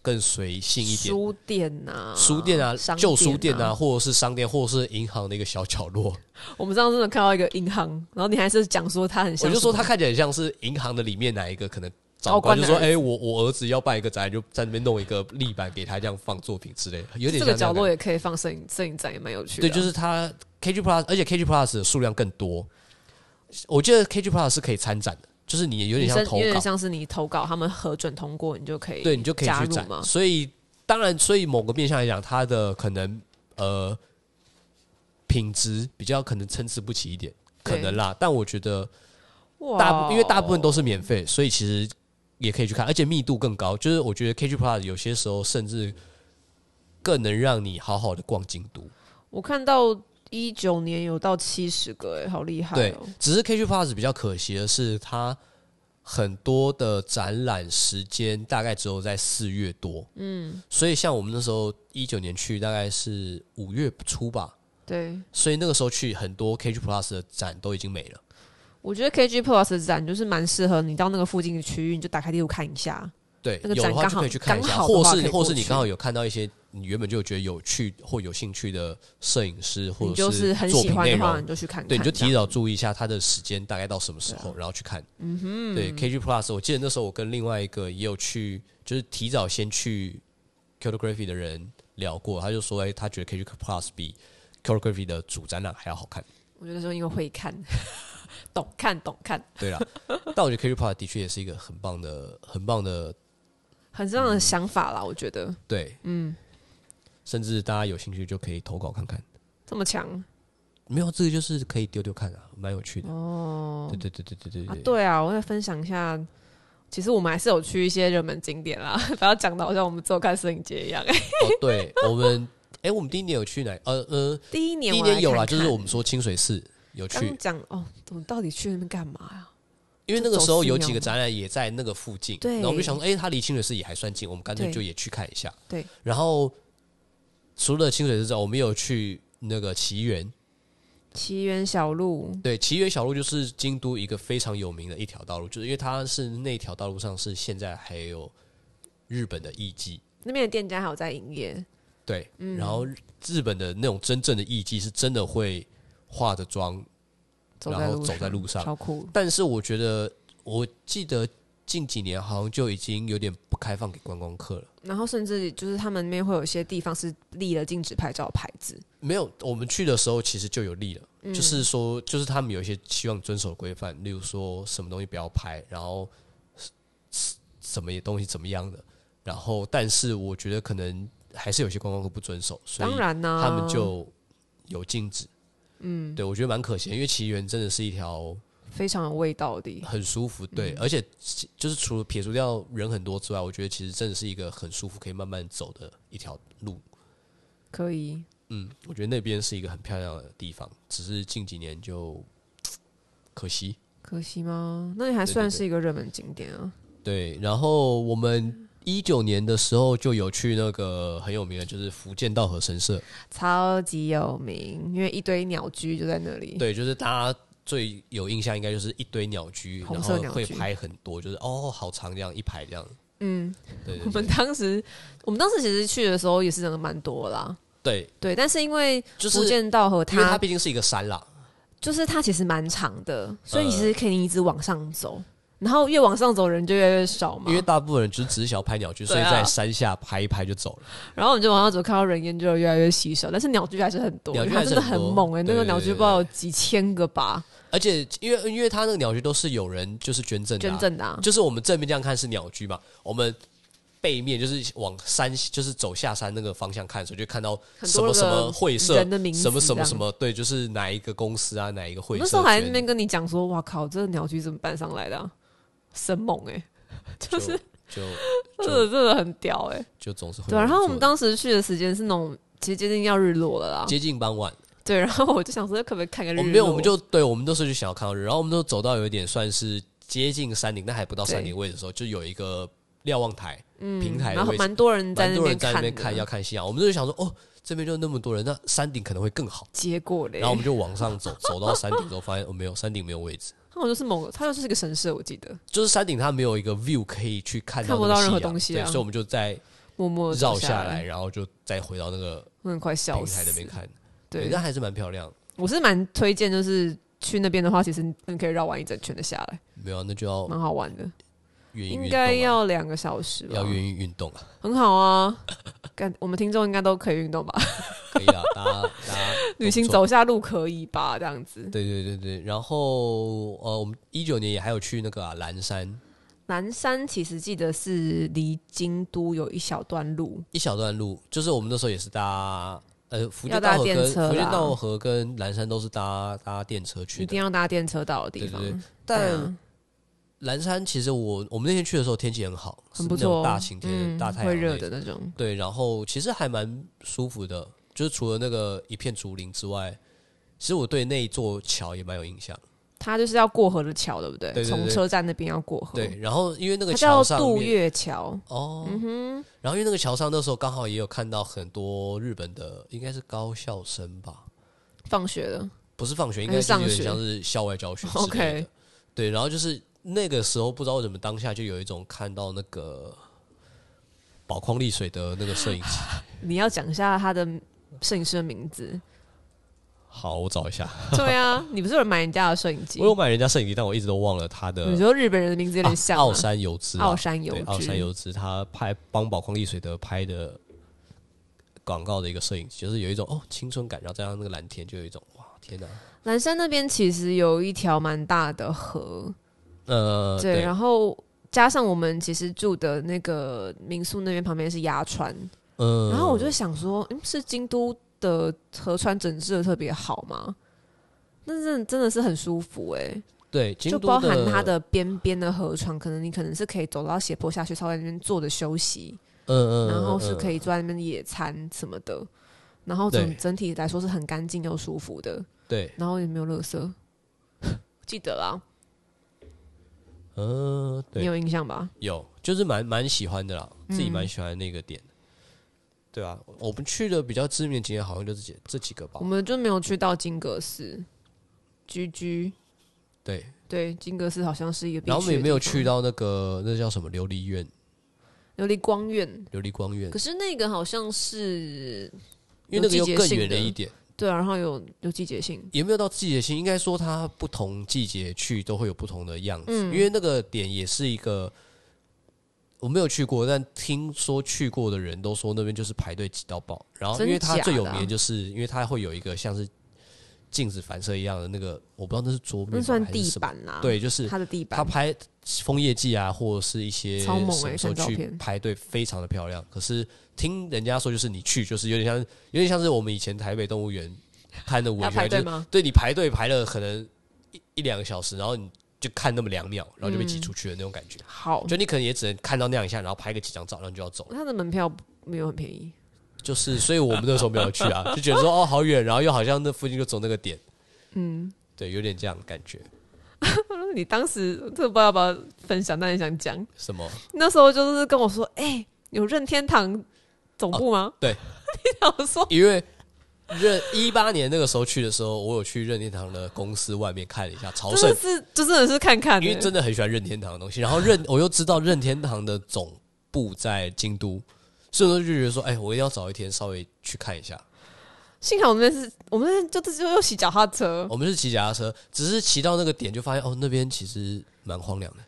更随性一点。书店呐、书店啊呃商，旧书店啊，啊。或者是商店，或者是银行的一个小角落。我们上次真的看到一个银行，然后你还是讲说它很像什我么，就说它看起来很像是银行的里面哪一个可能高长官官啊就的说：“儿子哎、我我儿子要办一个展，就在那边弄一个立板给他这样放作品之类的，有点这像个那角样落感觉也啊可以放摄影，摄影展也蛮有趣的啊。对，就是它 KG Plus，而且 KG Plus 的数量更多。我记得 KG Plus 是可以参展的，就是你有你点像申投有点稿，像是你投稿，他们核准通过，你就可以对你就可以加去入展嘛。。所以当然，所以某个面向来讲，它的可能呃品质比较可能参差不齐一点，可对能啦。但我觉得哇哦大部因为大部分都是免费，所以其实也可以去看，而且密度更高。就是我觉得 KG Plus 有些时候甚至更能让你好好的逛京都。我看到一九年有到七十个、欸，哎，好厉害、对哦！，只是 KG Plus 比较可惜的是，它很多的展览时间大概只有在四月多，嗯，所以像我们那时候一九年去，大概是五月初吧，对，所以那个时候去很多 KG Plus 的展都已经没了。我觉得 KG Plus 的展就是蛮适合你到那个附近的区域，你就打开地图看一下。对，那个有展的话刚就可以好去看一刚下，好的或话是可以或过是你去刚好有看到一些你原本就觉得有趣或有兴趣的摄影师，或你者就是很作喜品欢内的话，容你，就去看看。对，你就这样提早注意一下它的时间大概到什么时候，然后去看。啊嗯哼，对，KG Plus，我记得那时候我跟另外一个也有去，就是提早先去 Photography 的人聊过，他就说，哎、他觉得 KG Plus 比 Photography 的主展览还要好看。我觉得说因为会看， [LAUGHS] 懂看懂看，对啦， [LAUGHS] 但我觉得 KG Plus 的确也是一个很棒的、很棒的，很这样的想法啦。我觉得对，嗯，甚至大家有兴趣就可以投稿看看。这么强没有，这个就是可以丢丢看啊，蛮有趣的。哦，对对对对对对啊对，，对啊，我也分享一下。其实我们还是有去一些热门景点啦， [LAUGHS] 不要讲的好像我们只有看摄影 [LAUGHS] 节一样。哦，对，我们，哎、我们第一年有去哪？呃呃，第一年第一我来年有啦，啊看看就是我们说清水寺有去刚，讲哦，我们到底去那边干嘛呀？因为那个时候有几个走寺展览也在那个附近，对然后我们就想说，哎、它离清水寺也还算近，我们干脆对就也去看一下。对，然后除了清水寺之外，我们有去那个奇缘，奇缘小路，对，奇缘小路就是京都一个非常有名的一条道路，就是因为它是那条道路上是现在还有日本的艺妓，那边的店家还有在营业，对，嗯然后日本的那种真正的艺妓是真的会化着妆走然在后路走在路上超酷。但是我觉得，我记得近几年好像就已经有点不开放给观光客了。然后甚至就是他们那边会有一些地方是立了禁止拍照的牌子，没有，我们去的时候其实就有立了，嗯就是说，就是他们有一些希望遵守规范，例如说什么东西不要拍，然后什么东西怎么样的。然后，但是我觉得可能还是有些观光客不遵守，所以当然啊呢、他们就有禁止。嗯，对，我觉得蛮可惜的，因为奇缘真的是一条非常有味道的地方。很舒服，对，而且其就是除了撇除掉人很多之外，我觉得其实真的是一个很舒服，可以慢慢走的一条路。可以，嗯，我觉得那边是一个很漂亮的地方，只是近几年就可惜。可惜吗？那你还对算对是一个热门景点啊。对，然后我们一九年的时候就有去那个很有名的，就是福建道和神社，超级有名，因为一堆鸟居就在那里。 [LAUGHS] 对，就是大家。最有印象应该就是一堆鸟居，红然色后鸟会居排很多，就是哦，好长这样一排这样。嗯，对我对们对当时，我们当时其实去的时候也是人蛮多啦，对，对。但是因为就是福建道和因为它，它毕竟是一个山啦，就是它其实蛮长的，所以呃你其实可以一直往上走，然后越往上走人就越来越少嘛因。为大部分人就是只是想要拍鸟居，所以对啊在山下拍一拍就走了。然后你就往上走，看到人烟就越来越稀少，但是鸟居还是很多，鸟居它还是真的很很多猛哎、那个对对鸟居不知道有几千个吧，而且因为因为他那个鸟居都是有人就是捐赠的、捐，赠的、啊。就是我们正面这样看是鸟居嘛，我们。背面就是往山，就是走下山那个方向看的时候，就看到很什多么个什么会社人的名字什么什么这样什么，对，就是哪一个公司啊，哪一个会我社。那时候还在那边跟你讲说，哇靠，这个鸟居怎么搬上来的、啊？神猛哎、就就是就就真的真的很屌哎、就总是会有对啊、人做然的。后我们当时去的时间是那种其实接近要日落了啦，接近傍晚，对，然后我就想说可不可以看个日我落？们没有，我们就对，我们那时候就想要看到日，然后我们都走到有一点算是接近山顶，但还不到山顶位的时候，就有一个瞭望台、平台的嗯然后位置，蛮多人在蛮那多人边在看那的，边看要看夕阳，我们就想说哦，这边就那么多人，那山顶可能会更好。结果嘞，然后我们就往上走，走到山顶之后发现哦，没有山顶没有位置，他好像是某个，他就是一个神社，我记得就是山顶它没有一个 view 可以去看看那不个到夕任何阳，东西啊对，所以我们就再默默地绕走下下来，，然后就再回到那个我很快笑平台那死边。看，对，但还是蛮漂亮。我是蛮推荐，就是去那边的话，其实你可以绕完一整圈的下来，没有啊，那就要蛮好玩的，愿意运嗯应动啊该要两个小时吧要，愿意运动啊，很好啊。干，我们听众应该都可以运动吧？ [LAUGHS] 可以啊，大 [LAUGHS] 家大家都不旅行错走下路可以吧？这样子，对对对对，然后呃，我们一九年也还有去那个啊蓝山南山其实记得是离京都有一小段路，一小段路，就是我们那时候也是搭呃福要建搭道和电跟车福建啦道和跟蓝山都是搭搭电车去一定的。要搭电车到的地对对方。对，对但啊蓝山其实我我们那天去的时候天气很好，是很不那种错哦，大晴天、嗯大太阳会那热种的那种。对，然后其实还蛮舒服的，就是除了那个一片竹林之外，其实我对那一座桥也蛮有印象。它就是要过河的桥，对不对？对对对从车站那边要过河，对，，然后因为那个哦它桥叫上渡面月桥，哦，嗯然后因为那个桥上那时候刚好也有看到很多日本的，应该是高校生吧，放学了，不是放学，应还该是就是有上学点像是校外教学之类的。 [LAUGHS] OK 对，然后就是那个时候不知道为什么当下就有一种看到那个宝矿力水的那个摄 [LAUGHS] 影机。你要讲一下他的摄影师的名 [LAUGHS] 字。好，我找一下，对啊，你不是有买人家的摄影机我？有买人家摄影机，但我一直都忘了他的你说日本人的名字有点像啊吗奥山游之啊，奥山游对之，奥山游之，他拍帮宝矿力水的拍的广告的一个摄影机，就是有一种哦青春感，然后再加上那个蓝天，就有一种哇天哪，蓝山那边其实有一条蛮大的河，呃，对，然后加上我们其实住的那个民宿那边旁边是鸭川，嗯，然后我就想说，嗯，是京都的河川整治的特别好吗？那真的真的是很舒服哎、对，京就都包含它的边边的河床，可能你可能是可以走到斜坡下去，稍微在那边坐着休息，嗯，嗯嗯，然后是嗯可以坐在那边野餐什么的，然后对整整体来说是很干净又舒服的，对，然后也没有垃圾， [LAUGHS] 记得啦。嗯，你对，有印嗯象吧？有，就是蛮蛮喜欢的啦，自己蛮喜欢那个点的。对啊，我们去的比较知名的景点好像就这几这几个吧我。们就没有去到金阁寺，居居对，对金阁寺好像是一个，然后我们也没有去到那个那叫什么琉璃院、琉璃光院，琉璃光院可，是那个好像是因为那个又有季节更性远了的一点，对啊，然后有有季节性，也没有到季节性。应该说它不同季节去都会有不同的样子，嗯因为那个点也是一个。我没有去过，但听说去过的人都说那边就是排队挤到爆。然后，因为它真假的啊最有名的就是因为它会有一个像是镜子反射一样的那个，我不知道那是桌面那吗算还是地什么，板啦，，对，就是它的地他板拍枫叶季啊，或者是一些超什猛么欸时候看照去片排队，非常的漂亮。可是听人家说，就是你去，就是有点像，有点像是我们以前台北动物园看的五要园排就队是吗？对你排队排了可能一一两个小时，然后你就看那么两秒，然后就被挤出去的那种感觉。好，就你可能也只能看到那样一下，然后拍个几张照，然后你就要走了。它的门票没有很便宜，就是，所以我们那时候没有去 [LAUGHS] 啊，就觉得说哦好远，然后又好像那附近就走那个点，嗯，对，有点这样的感觉。你当时这不知道要不要分享，但也想讲，什么？那时候就是跟我说，哎、有任天堂总部吗？哦 [LAUGHS] 对，你想说因为任一八年那个时候去的时候，我有去任天堂的公司外面看了一下朝真圣的，是，就真的是看看、欸，因为真的很喜欢任天堂的东西。然后任 [LAUGHS] 我又知道任天堂的总部在京都，所以我就觉得说，哎，我一定要找一天稍微去看一下。幸好我们那是，我们那就就又骑脚踏车。我们是骑脚踏车，只是骑到那个点就发现，哦，那边其实蛮荒凉的。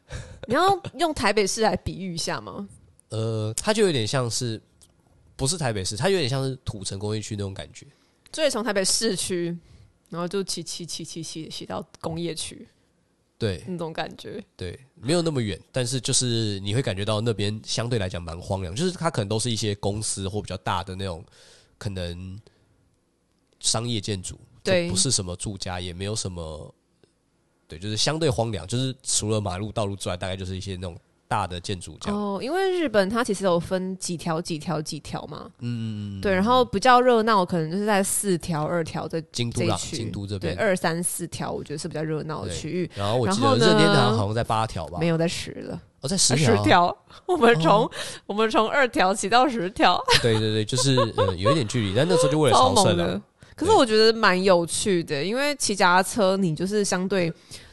你要用台北市来比喻一下吗？呃，它就有点像是。不是台北市，它有点像是土城工业区那种感觉。所以从台北市区，然后就骑骑骑骑骑骑到工业区对那种感觉。对，没有那么远，但是就是你会感觉到那边相对来讲蛮荒凉，就是它可能都是一些公司或比较大的那种可能商业建筑，就对不是什么住家，也没有什么，对，就是相对荒凉，就是除了马路道路之外，大概就是一些那种大的建筑这样。哦，因为日本它其实有分几条、几条、几条嘛。嗯，对。然后比较热闹，可能就是在四条、二条这京都这一啦，区。京都这对，边，二三四条，我觉得是比较热闹的对区域。然后我记然得后呢任天堂好像在八条吧没，有在十了，哦，在十啊 [LAUGHS] 十条啊，条。我们从、我们从二条骑到十条，对对对，就是呃有一点距离，但那时候就为了朝超猛圣的啊，。可是对我觉得蛮有趣的，因为骑脚踏车，你就是相对，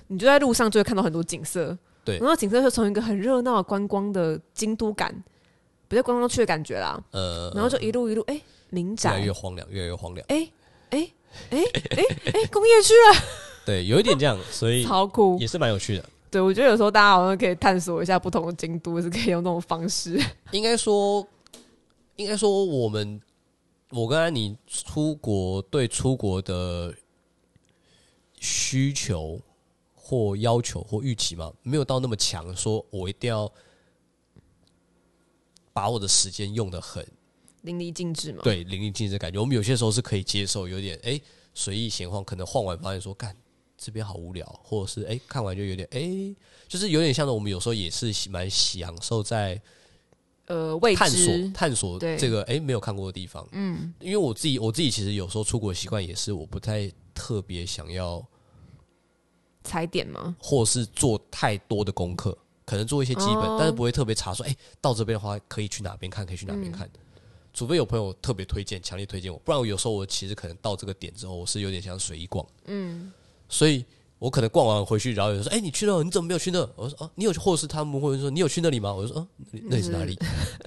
你就在路上就会看到很多景色，对然后景色就从一个很热闹的观光的京都感，比较观光区的感觉啦，呃，然后就一路一路，哎、民越来宅越，荒凉，越来越荒凉，哎哎哎哎哎，工业 [LAUGHS] 区了，对，有一点这样，所以超酷也。是蛮有趣的。对，我觉得有时候大家好像可以探索一下不同的京都，是可以用那种方式。 [LAUGHS] 应该说，应该说我们，我跟安妮出国对出国的需求或要求或预期嘛，没有到那么强，说我一定要把我的时间用的很淋漓尽致嘛，对淋漓尽致的感觉。我们有些时候是可以接受，有点哎随意闲晃，可能晃完发现说干。这边好无聊，或者是哎、看完就有点哎、就是有点像的。我们有时候也是喜蛮享受在呃未探索知，探索对这个诶没有看过的地方。嗯因为我自己我自己其实有时候出国习惯也是我不太特别想要，踩点吗？或是做太多的功课，可能做一些基本，哦但是不会特别查说诶到这边的话可以去哪边看，可以去哪边看。嗯除非有朋友特别推荐，强烈推荐我，不然我有时候我其实可能到这个点之后，我是有点像随意逛，嗯，所以我可能逛完回去，然后有人说：“哎、你去那？你怎么没有去那？”我说：“哦、你有去？”或者是他们会说：“你有去那里吗？”我就说：“嗯、那里是哪里？”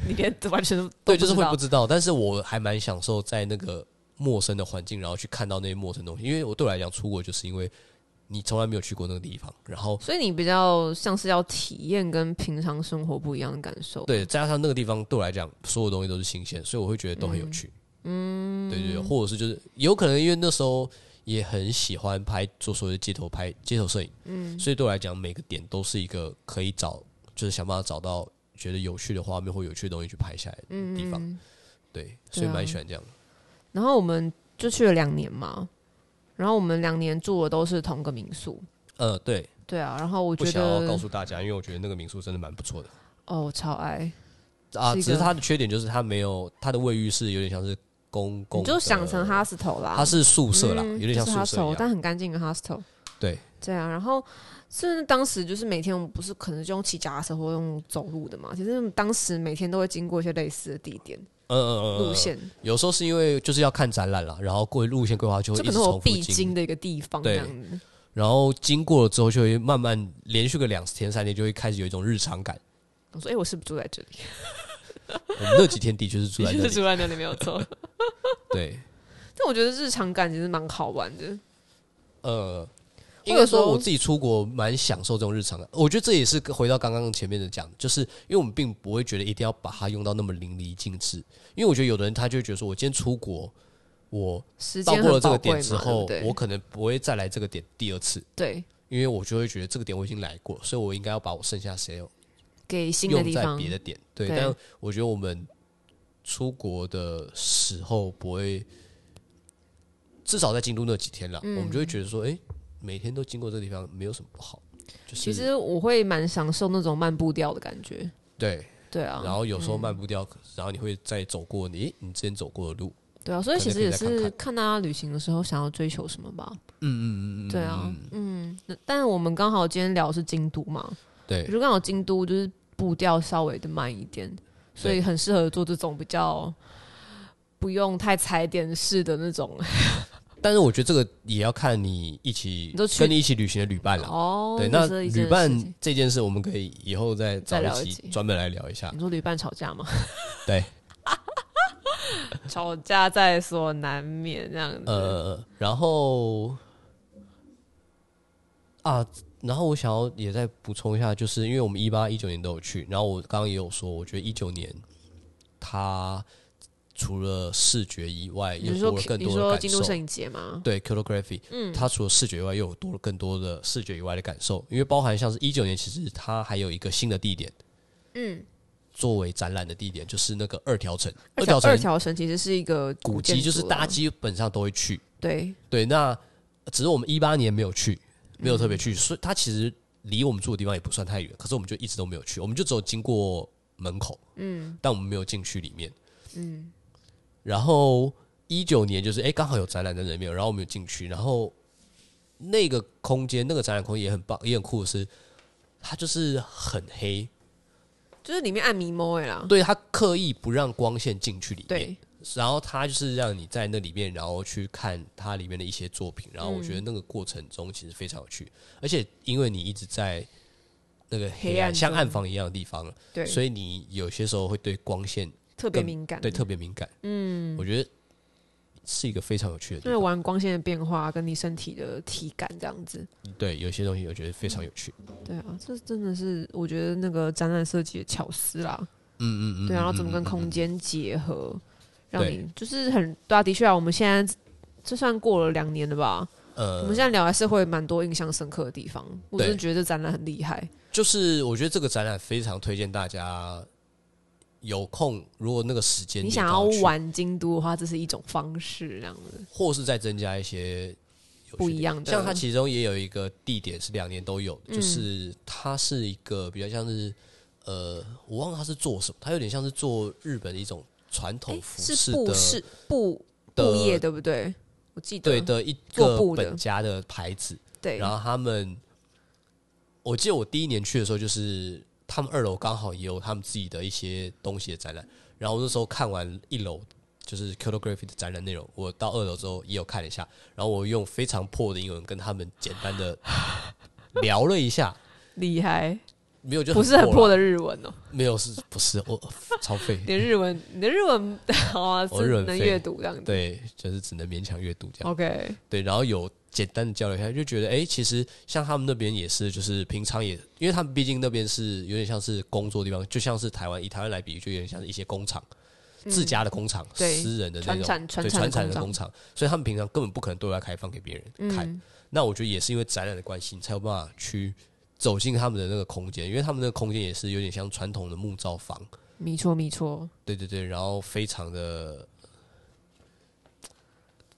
你连完全都 [LAUGHS] 对，就是会不不知知道道。但是我还蛮享受在那个陌生的环境，然后去看到那些陌生东西，因为我对我来讲，出国就是因为你从来没有去过那个地方，然后所以你比较像是要体验跟平常生活不一样的感受。对，再加上那个地方对我来讲，所有东西都是新鲜，所以我会觉得都很有趣。嗯，对对对，或者是就是有可能因为那时候也很喜欢拍做所谓的街头拍街头摄影，嗯，所以对我来讲，每个点都是一个可以找，就是想办法找到觉得有趣的画面或有趣的东西去拍下来的地方。对，所以啊蛮喜欢这样的。嗯然后我们就去了两年嘛，然后我们两年住的都是同个民宿。呃，对，对啊，然后我不觉想要告得诉大家，因为我觉得那个民宿真的蛮不错的哦，我超爱，啊。是一只个是它的缺点就是它没有它的卫浴是有点像是公共你的，就想成 hostel 啦，它是宿舍啦，嗯有点像就是宿舍一 hostel，样。但很干净的 hostel。对，对啊，然后是当时就是每天我们不是可能就用骑脚踏车或用走路的嘛，其实当时每天都会经过一些类似的地点嗯嗯嗯嗯嗯路线，有时候是因为就是要看展览啦，然后过路线规划就会这一可直能我重复必经经，的一个地方对这样子。然后经过了之后就会慢慢连续个两天三天就会开始有一种日常感。我说，哎、我是不是住在这里？我们那几天的确是 [LAUGHS] 住在那就是里，住在那里没有错。 [LAUGHS] 对，但我觉得日常感其实蛮好玩的。呃，我应有该时候说我自己出国蛮享受这种日常的，我觉得这也是回到刚刚前面的讲，就是因为我们并不会觉得一定要把它用到那么淋漓尽致，因为我觉得有的人他就会觉得说我今天出国，我时到间过了很这宝个贵嘛，点之后，对我不可能不会再来这个点第二次。对？对，因为我就会觉得这个点我已经来过，所以我应该要把我剩下时间给新的用地在方别的点。对，对但我觉得我们出国的时候不会，至少在京都那几天啦，嗯我们就会觉得说，哎、每天都经过这个地方没有什么不好，就是其实我会蛮享受那种慢步调的感觉。对。对啊，然后有时候漫步掉，然后你会再走过你诶你之前走过的路。对啊，所以可其能可实以也再看是看看大家旅行的时候想要追求什么吧。嗯嗯嗯嗯，对啊，嗯，那但我们刚好今天聊的是京都嘛，我觉嗯对得刚好京都就是步调稍微的慢一点，所以很适合做这种比较不用太踩点式的那种。但是我觉得这个也要看你一起你都去跟你一起旅行的旅伴啦。哦，对，这那是一件旅伴事情这件事，我们可以以后再找再聊一一集集专门来聊一下你。说旅伴吵架 [LAUGHS] 吗？对，吵架在所难免这样子。呃，然后啊，然后我想要也再补充一下，就是因为我们一八一九年都有去，然后我刚刚也有说，我觉得一九年它除了视觉以外，你又是多说了更你多说的京感都摄受。影节吗？对 k i l o g r a p h y 嗯，它除了视觉以外，又有多了更多的视觉以外的感受，因为包含像是一九年，其实它还有一个新的地点，嗯，作为展览的地点，就是那个二条城。二条条二城条城其实是一个古建迹，筑啊就是大家啦基本上都会去，对对，那只是我们一八年没有去，没有特别去，所以它其实离我们住的地方也不算太远，可是我们就一直都没有去，我们就只有经过门口，嗯，但我们没有进去里面，嗯。然后一九年就是哎，诶刚、好有展览在那边，然后我们有进去，然后那个空间那个展览空间也很棒，也很酷的是，它就是很黑，就是里面按迷蒙哎啦。对，它刻意不让光线进去里面对，，然后他就是让你在那里面，然后去看它里面的一些作品，然后我觉得嗯那个过程中其实非常有趣，而且因为你一直在那个黑黑暗暗中像暗房一样的地方，对，嗯所以你有些时候会对光线特别敏感。对特别敏感。嗯，我觉得是一个非常有趣的因地为方。玩光线的变化跟你身体的体感这样子，对，有些东西我觉得非常有趣。对啊，这真的是我觉得那个展览设计的巧思啦，嗯嗯嗯，对啊，然后怎么嗯跟嗯空间结合，让对你就是很对啊，的确啊，我们现在这算过了两年了吧，我呃们现在聊还是会蛮多印象深刻的地方，我真的觉得这展览很厉害，就是我觉得这个展览非常推荐大家有空，如果那个时间你点想刚要好去玩京都的话，这是一种方式，这样子或是再增加一些有趣不一样的，像它嗯其中也有一个地点是两年都有的，就是它是一个比较像是呃，我忘了他是做什么，他有点像是做日本的一种传统诶服是饰布的，饰布的布业对不对？我记得对的一做个布的本家的牌子。对然后他们，我记得我第一年去的时候，就是他们二楼刚好也有他们自己的一些东西的展览。然后我那时候看完一楼就是 k i l o g r a p h y 的展览内容，我到二楼之后也有看了一下，然后我用非常破的英文跟他们简单的 [LAUGHS] 聊了一下，厉害，没有就不是很破啦，的日文哦，没有是不是我超废你，的日文，你的日文 [LAUGHS] 好啊，我日是文能废阅读这样子。对，就是只能勉强阅读这样。 OK，对，然后有简单的交流一下，就觉得哎、诶其实像他们那边也是，就是平常也，因为他们毕竟那边是有点像是工作地方，就像是台湾以台湾来比喻，就有点像是一些工厂、自家的工厂、嗯对私人的那传种产对传传产的的工工厂，厂，所以他们平常根本不可能对外开放给别人看。嗯那我觉得也是因为展览的关系，你才有办法去走进他们的那个空间，因为他们那个空间也是有点像传统的木造房，没错没错，对对对，然后非常的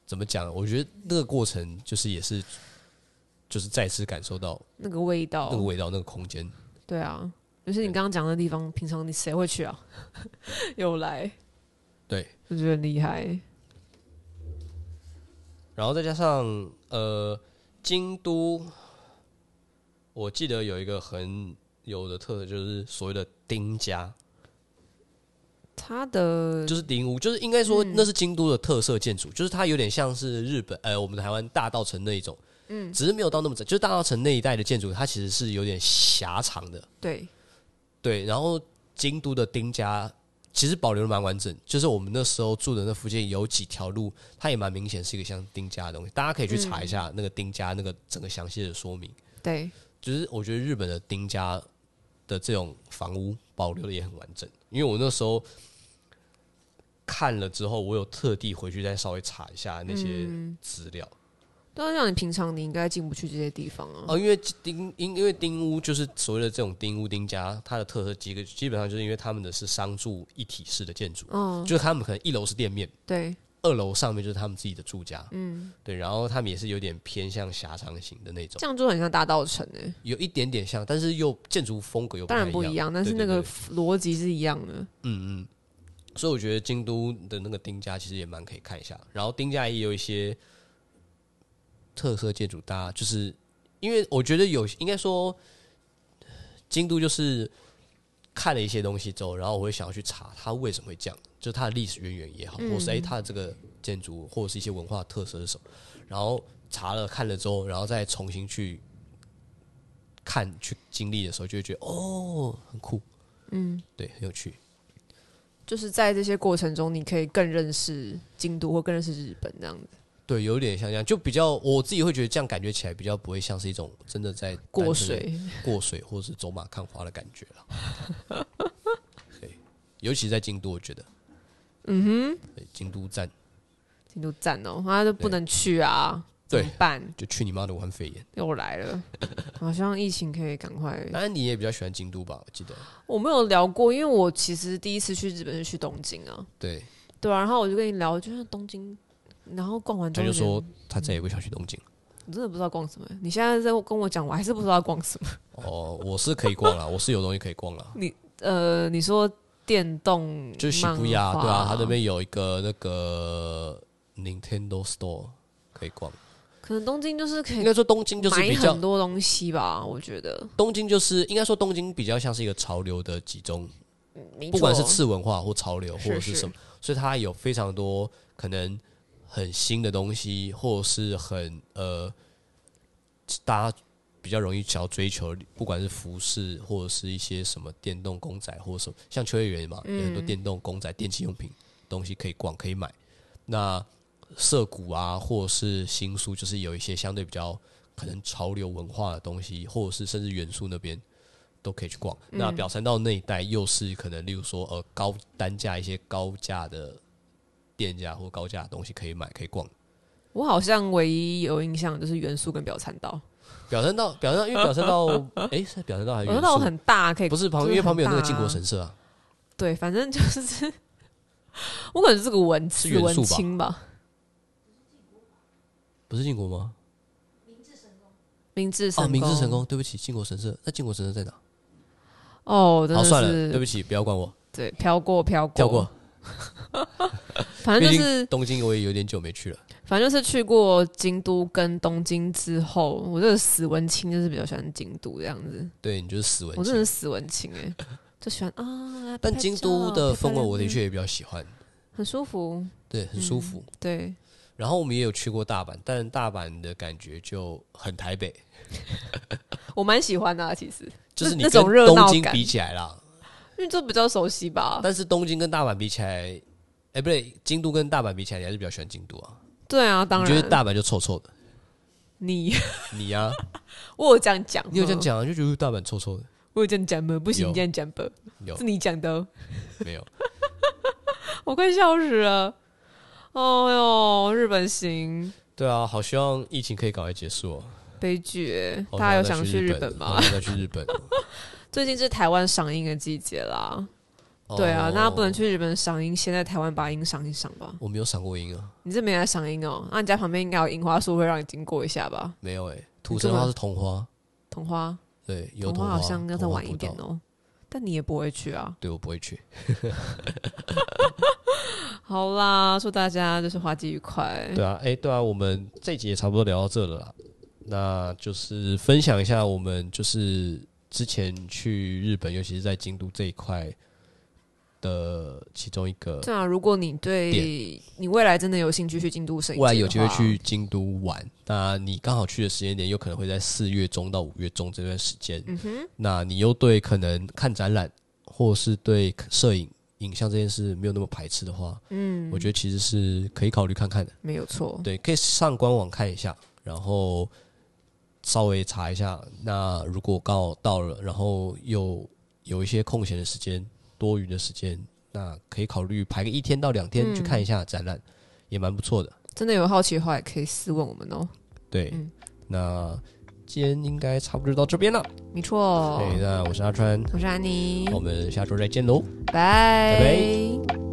怎么讲？啊我觉得那个过程就是也是就是再次感受到那个味道那个，味道、那个空间。对啊，就是你刚刚讲的地方，平常你谁会去啊？ [LAUGHS] 有来，对，我觉得很厉害。然后再加上呃，京都，我记得有一个很有的特色，就是所谓的丁家，他的就是丁屋，就是应该说那是京都的特色建筑，就是它有点像是日本呃我们台湾大道城那一种，嗯，只是没有到那么窄，就是大道城那一带的建筑，它其实是有点狭长的。对对，然后京都的丁家其实保留的蛮完整，就是我们那时候住的那附近有几条路，它也蛮明显是一个像丁家的东西，大家可以去查一下那个丁家那个整个详细的说明。对，就是我觉得日本的丁家的这种房屋保留的也很完整，因为我那时候看了之后，我有特地回去再稍微查一下那些资料。但啊是让你平常你应该进不去这些地方啊。哦，因为丁因因为丁屋就是所谓的这种丁屋丁家，它的特色几个基本上就是因为他们的是商住一体式的建筑，嗯，就是他们可能一楼是店面，对，二楼上面就是他们自己的住家，嗯，对，然后他们也是有点偏向狭长型的那种，这样就很像大道城诶，有一点点像，但是又建筑风格又当然不不太一样，但是对那对个对逻辑是一样的。嗯嗯，所以我觉得京都的那个丁家其实也蛮可以看一下，然后丁家也有一些特色建筑，大家就是因为我觉得有应该说京都就是看了一些东西之后，然后我会想要去查它为什么会这样，就是它的历史渊源也好，或是哎它的这个建筑或者是一些文化特色是什么，然后查了看了之后，然后再重新去。看去经历的时候，就会觉得哦，很酷，嗯，对，很有趣。就是在这些过程中，你可以更认识京都或更认识日本这样子。对，有点像这样，就比较我自己会觉得这样感觉起来比较不会像是一种真的在过单纯的水，过水或是走马看花的感觉了。对，尤其在京都，我觉得，嗯哼，对，京都站京都赞哦，他就不对能去啊，对怎么办？就去你妈的武汉肺炎。又来了， [LAUGHS] 好像疫情可以赶快。当然你也比较喜欢京都吧？我记得，我没有聊过，因为我其实第一次去日本是去东京啊，对，对啊，然后我就跟你聊，就像东京，然后逛完之他后就觉得说他再也不想去东京了。我真的不知道逛什么。你现在在跟我讲，我还是不知道逛什么。哦，我是可以逛了，我是有东西可以逛 [LAUGHS] 了，呃，你说电动就是喜漫布亚，画对啊，他那边有一个那个 Nintendo Store 可以逛。可能东京就是可应以该说东京就是买比较很多东西吧，我觉得。东京就是应该说东京比较像是一个潮流的集中，没不管是错次文化或潮流是或者是什么，所以它有非常多可能很新的东西，或者是很呃大家比较容易想要追求，不管是服饰或者是一些什么电动公仔或者什么，像秋叶原嘛，有很多电动公仔、电器用品东西可以逛可以买。那涩谷啊，或者是新宿，就是有一些相对比较可能潮流文化的东西，或者是甚至元素那边都可以去逛。嗯那表参道那一带又是可能，例如说呃高单价一些高价的店家或高价的东西可以买可以逛。我好像唯一有印象就是元素跟表参啊道，表参道，表参道，因为表参 [LAUGHS] 道，诶，是表参道还是表元参道素？很大，可以不是旁，就是因为旁边有那个很大啊靖国神社啊，对，反正就是我感觉是个文是字元文素吧青吧，不是靖国吗？明治神哦，宫，明治神宫，对不起，靖国神社。那靖国神社在哪？哦，真好，的算了，对是不起，不要管我，对飘过飘过跳过。反正毕竟就是东京我也有点久没去了。反正就是去过京都跟东京之后，我这个死文青就是比较喜欢京都这样子，对，你就是死文我真青的是。死文青哎、就喜欢啊。来但拍京照都的氛围我的漂漂亮亮嗯确也比较喜欢，很舒服，对，很舒服。对，然后我们也有去过大阪，但大阪的感觉就很台北，我蛮喜欢的、啊、其实，就是你那跟种热闹东京感哦比起来啦，因为这比较熟悉吧。但是东京跟大阪比起来，哎，不对，京都跟大阪比起来，你还是比较喜欢京都啊。对啊，当你然。觉得大阪就臭臭的，你 [LAUGHS] 你呀、我有这样讲，哦你有这样，讲啊，就觉得大阪臭臭的，我有这样讲吗？不行，有你这样讲吧，有 [LAUGHS] 是你讲的哦，没有？我快笑死了。哦哟，日本行对啊，好希望疫情可以赶快结束、哦。悲剧耶，好 [LAUGHS] 大家有再想去去日本哦本好吗？想再去日本。最近是台湾赏樱的季节啦， [LAUGHS] 对啊哦，大家不能。去日本赏樱，先在台湾把樱赏一赏吧。我没有赏过樱啊，你这没来赏樱哦？那、你家旁边应该有樱花树，会让你经过一下吧？没有哎、土生花是桐花，桐花，对，有桐桐花好像要再桐花晚一步点道哦。但你也不会去啊。对，我不会去。好啦，祝大家就是滑稽愉快。对啊，哎、对啊，我们这一集也差不多聊到这了啦。那就是分享一下我们就是之前去日本，尤其是在京都这一块的其中一个，对啊，如果你对你未来真的有兴趣去京都摄影，未来有机会去，京都玩。那你刚好去的时间点，有可能会在四月中到五月中这段时间。嗯哼，那你又对可能看展览，或是对摄影、影像这件事没有那么排斥的话，嗯，我觉得其实是可以考虑看看的。没有错。对，可以上官网看一下，然后稍微查一下。那如果刚好到了，然后又有一些空闲的时间、多余的时间，那可以考虑排个一天到两天去看一下展览，也蛮不错的。真的有好奇的话，也可以私问我们哦。对，嗯那今天应该差不多就到这边了。没错，对，那我是阿川，嗯我是安妮，我们下周再见喽。拜拜。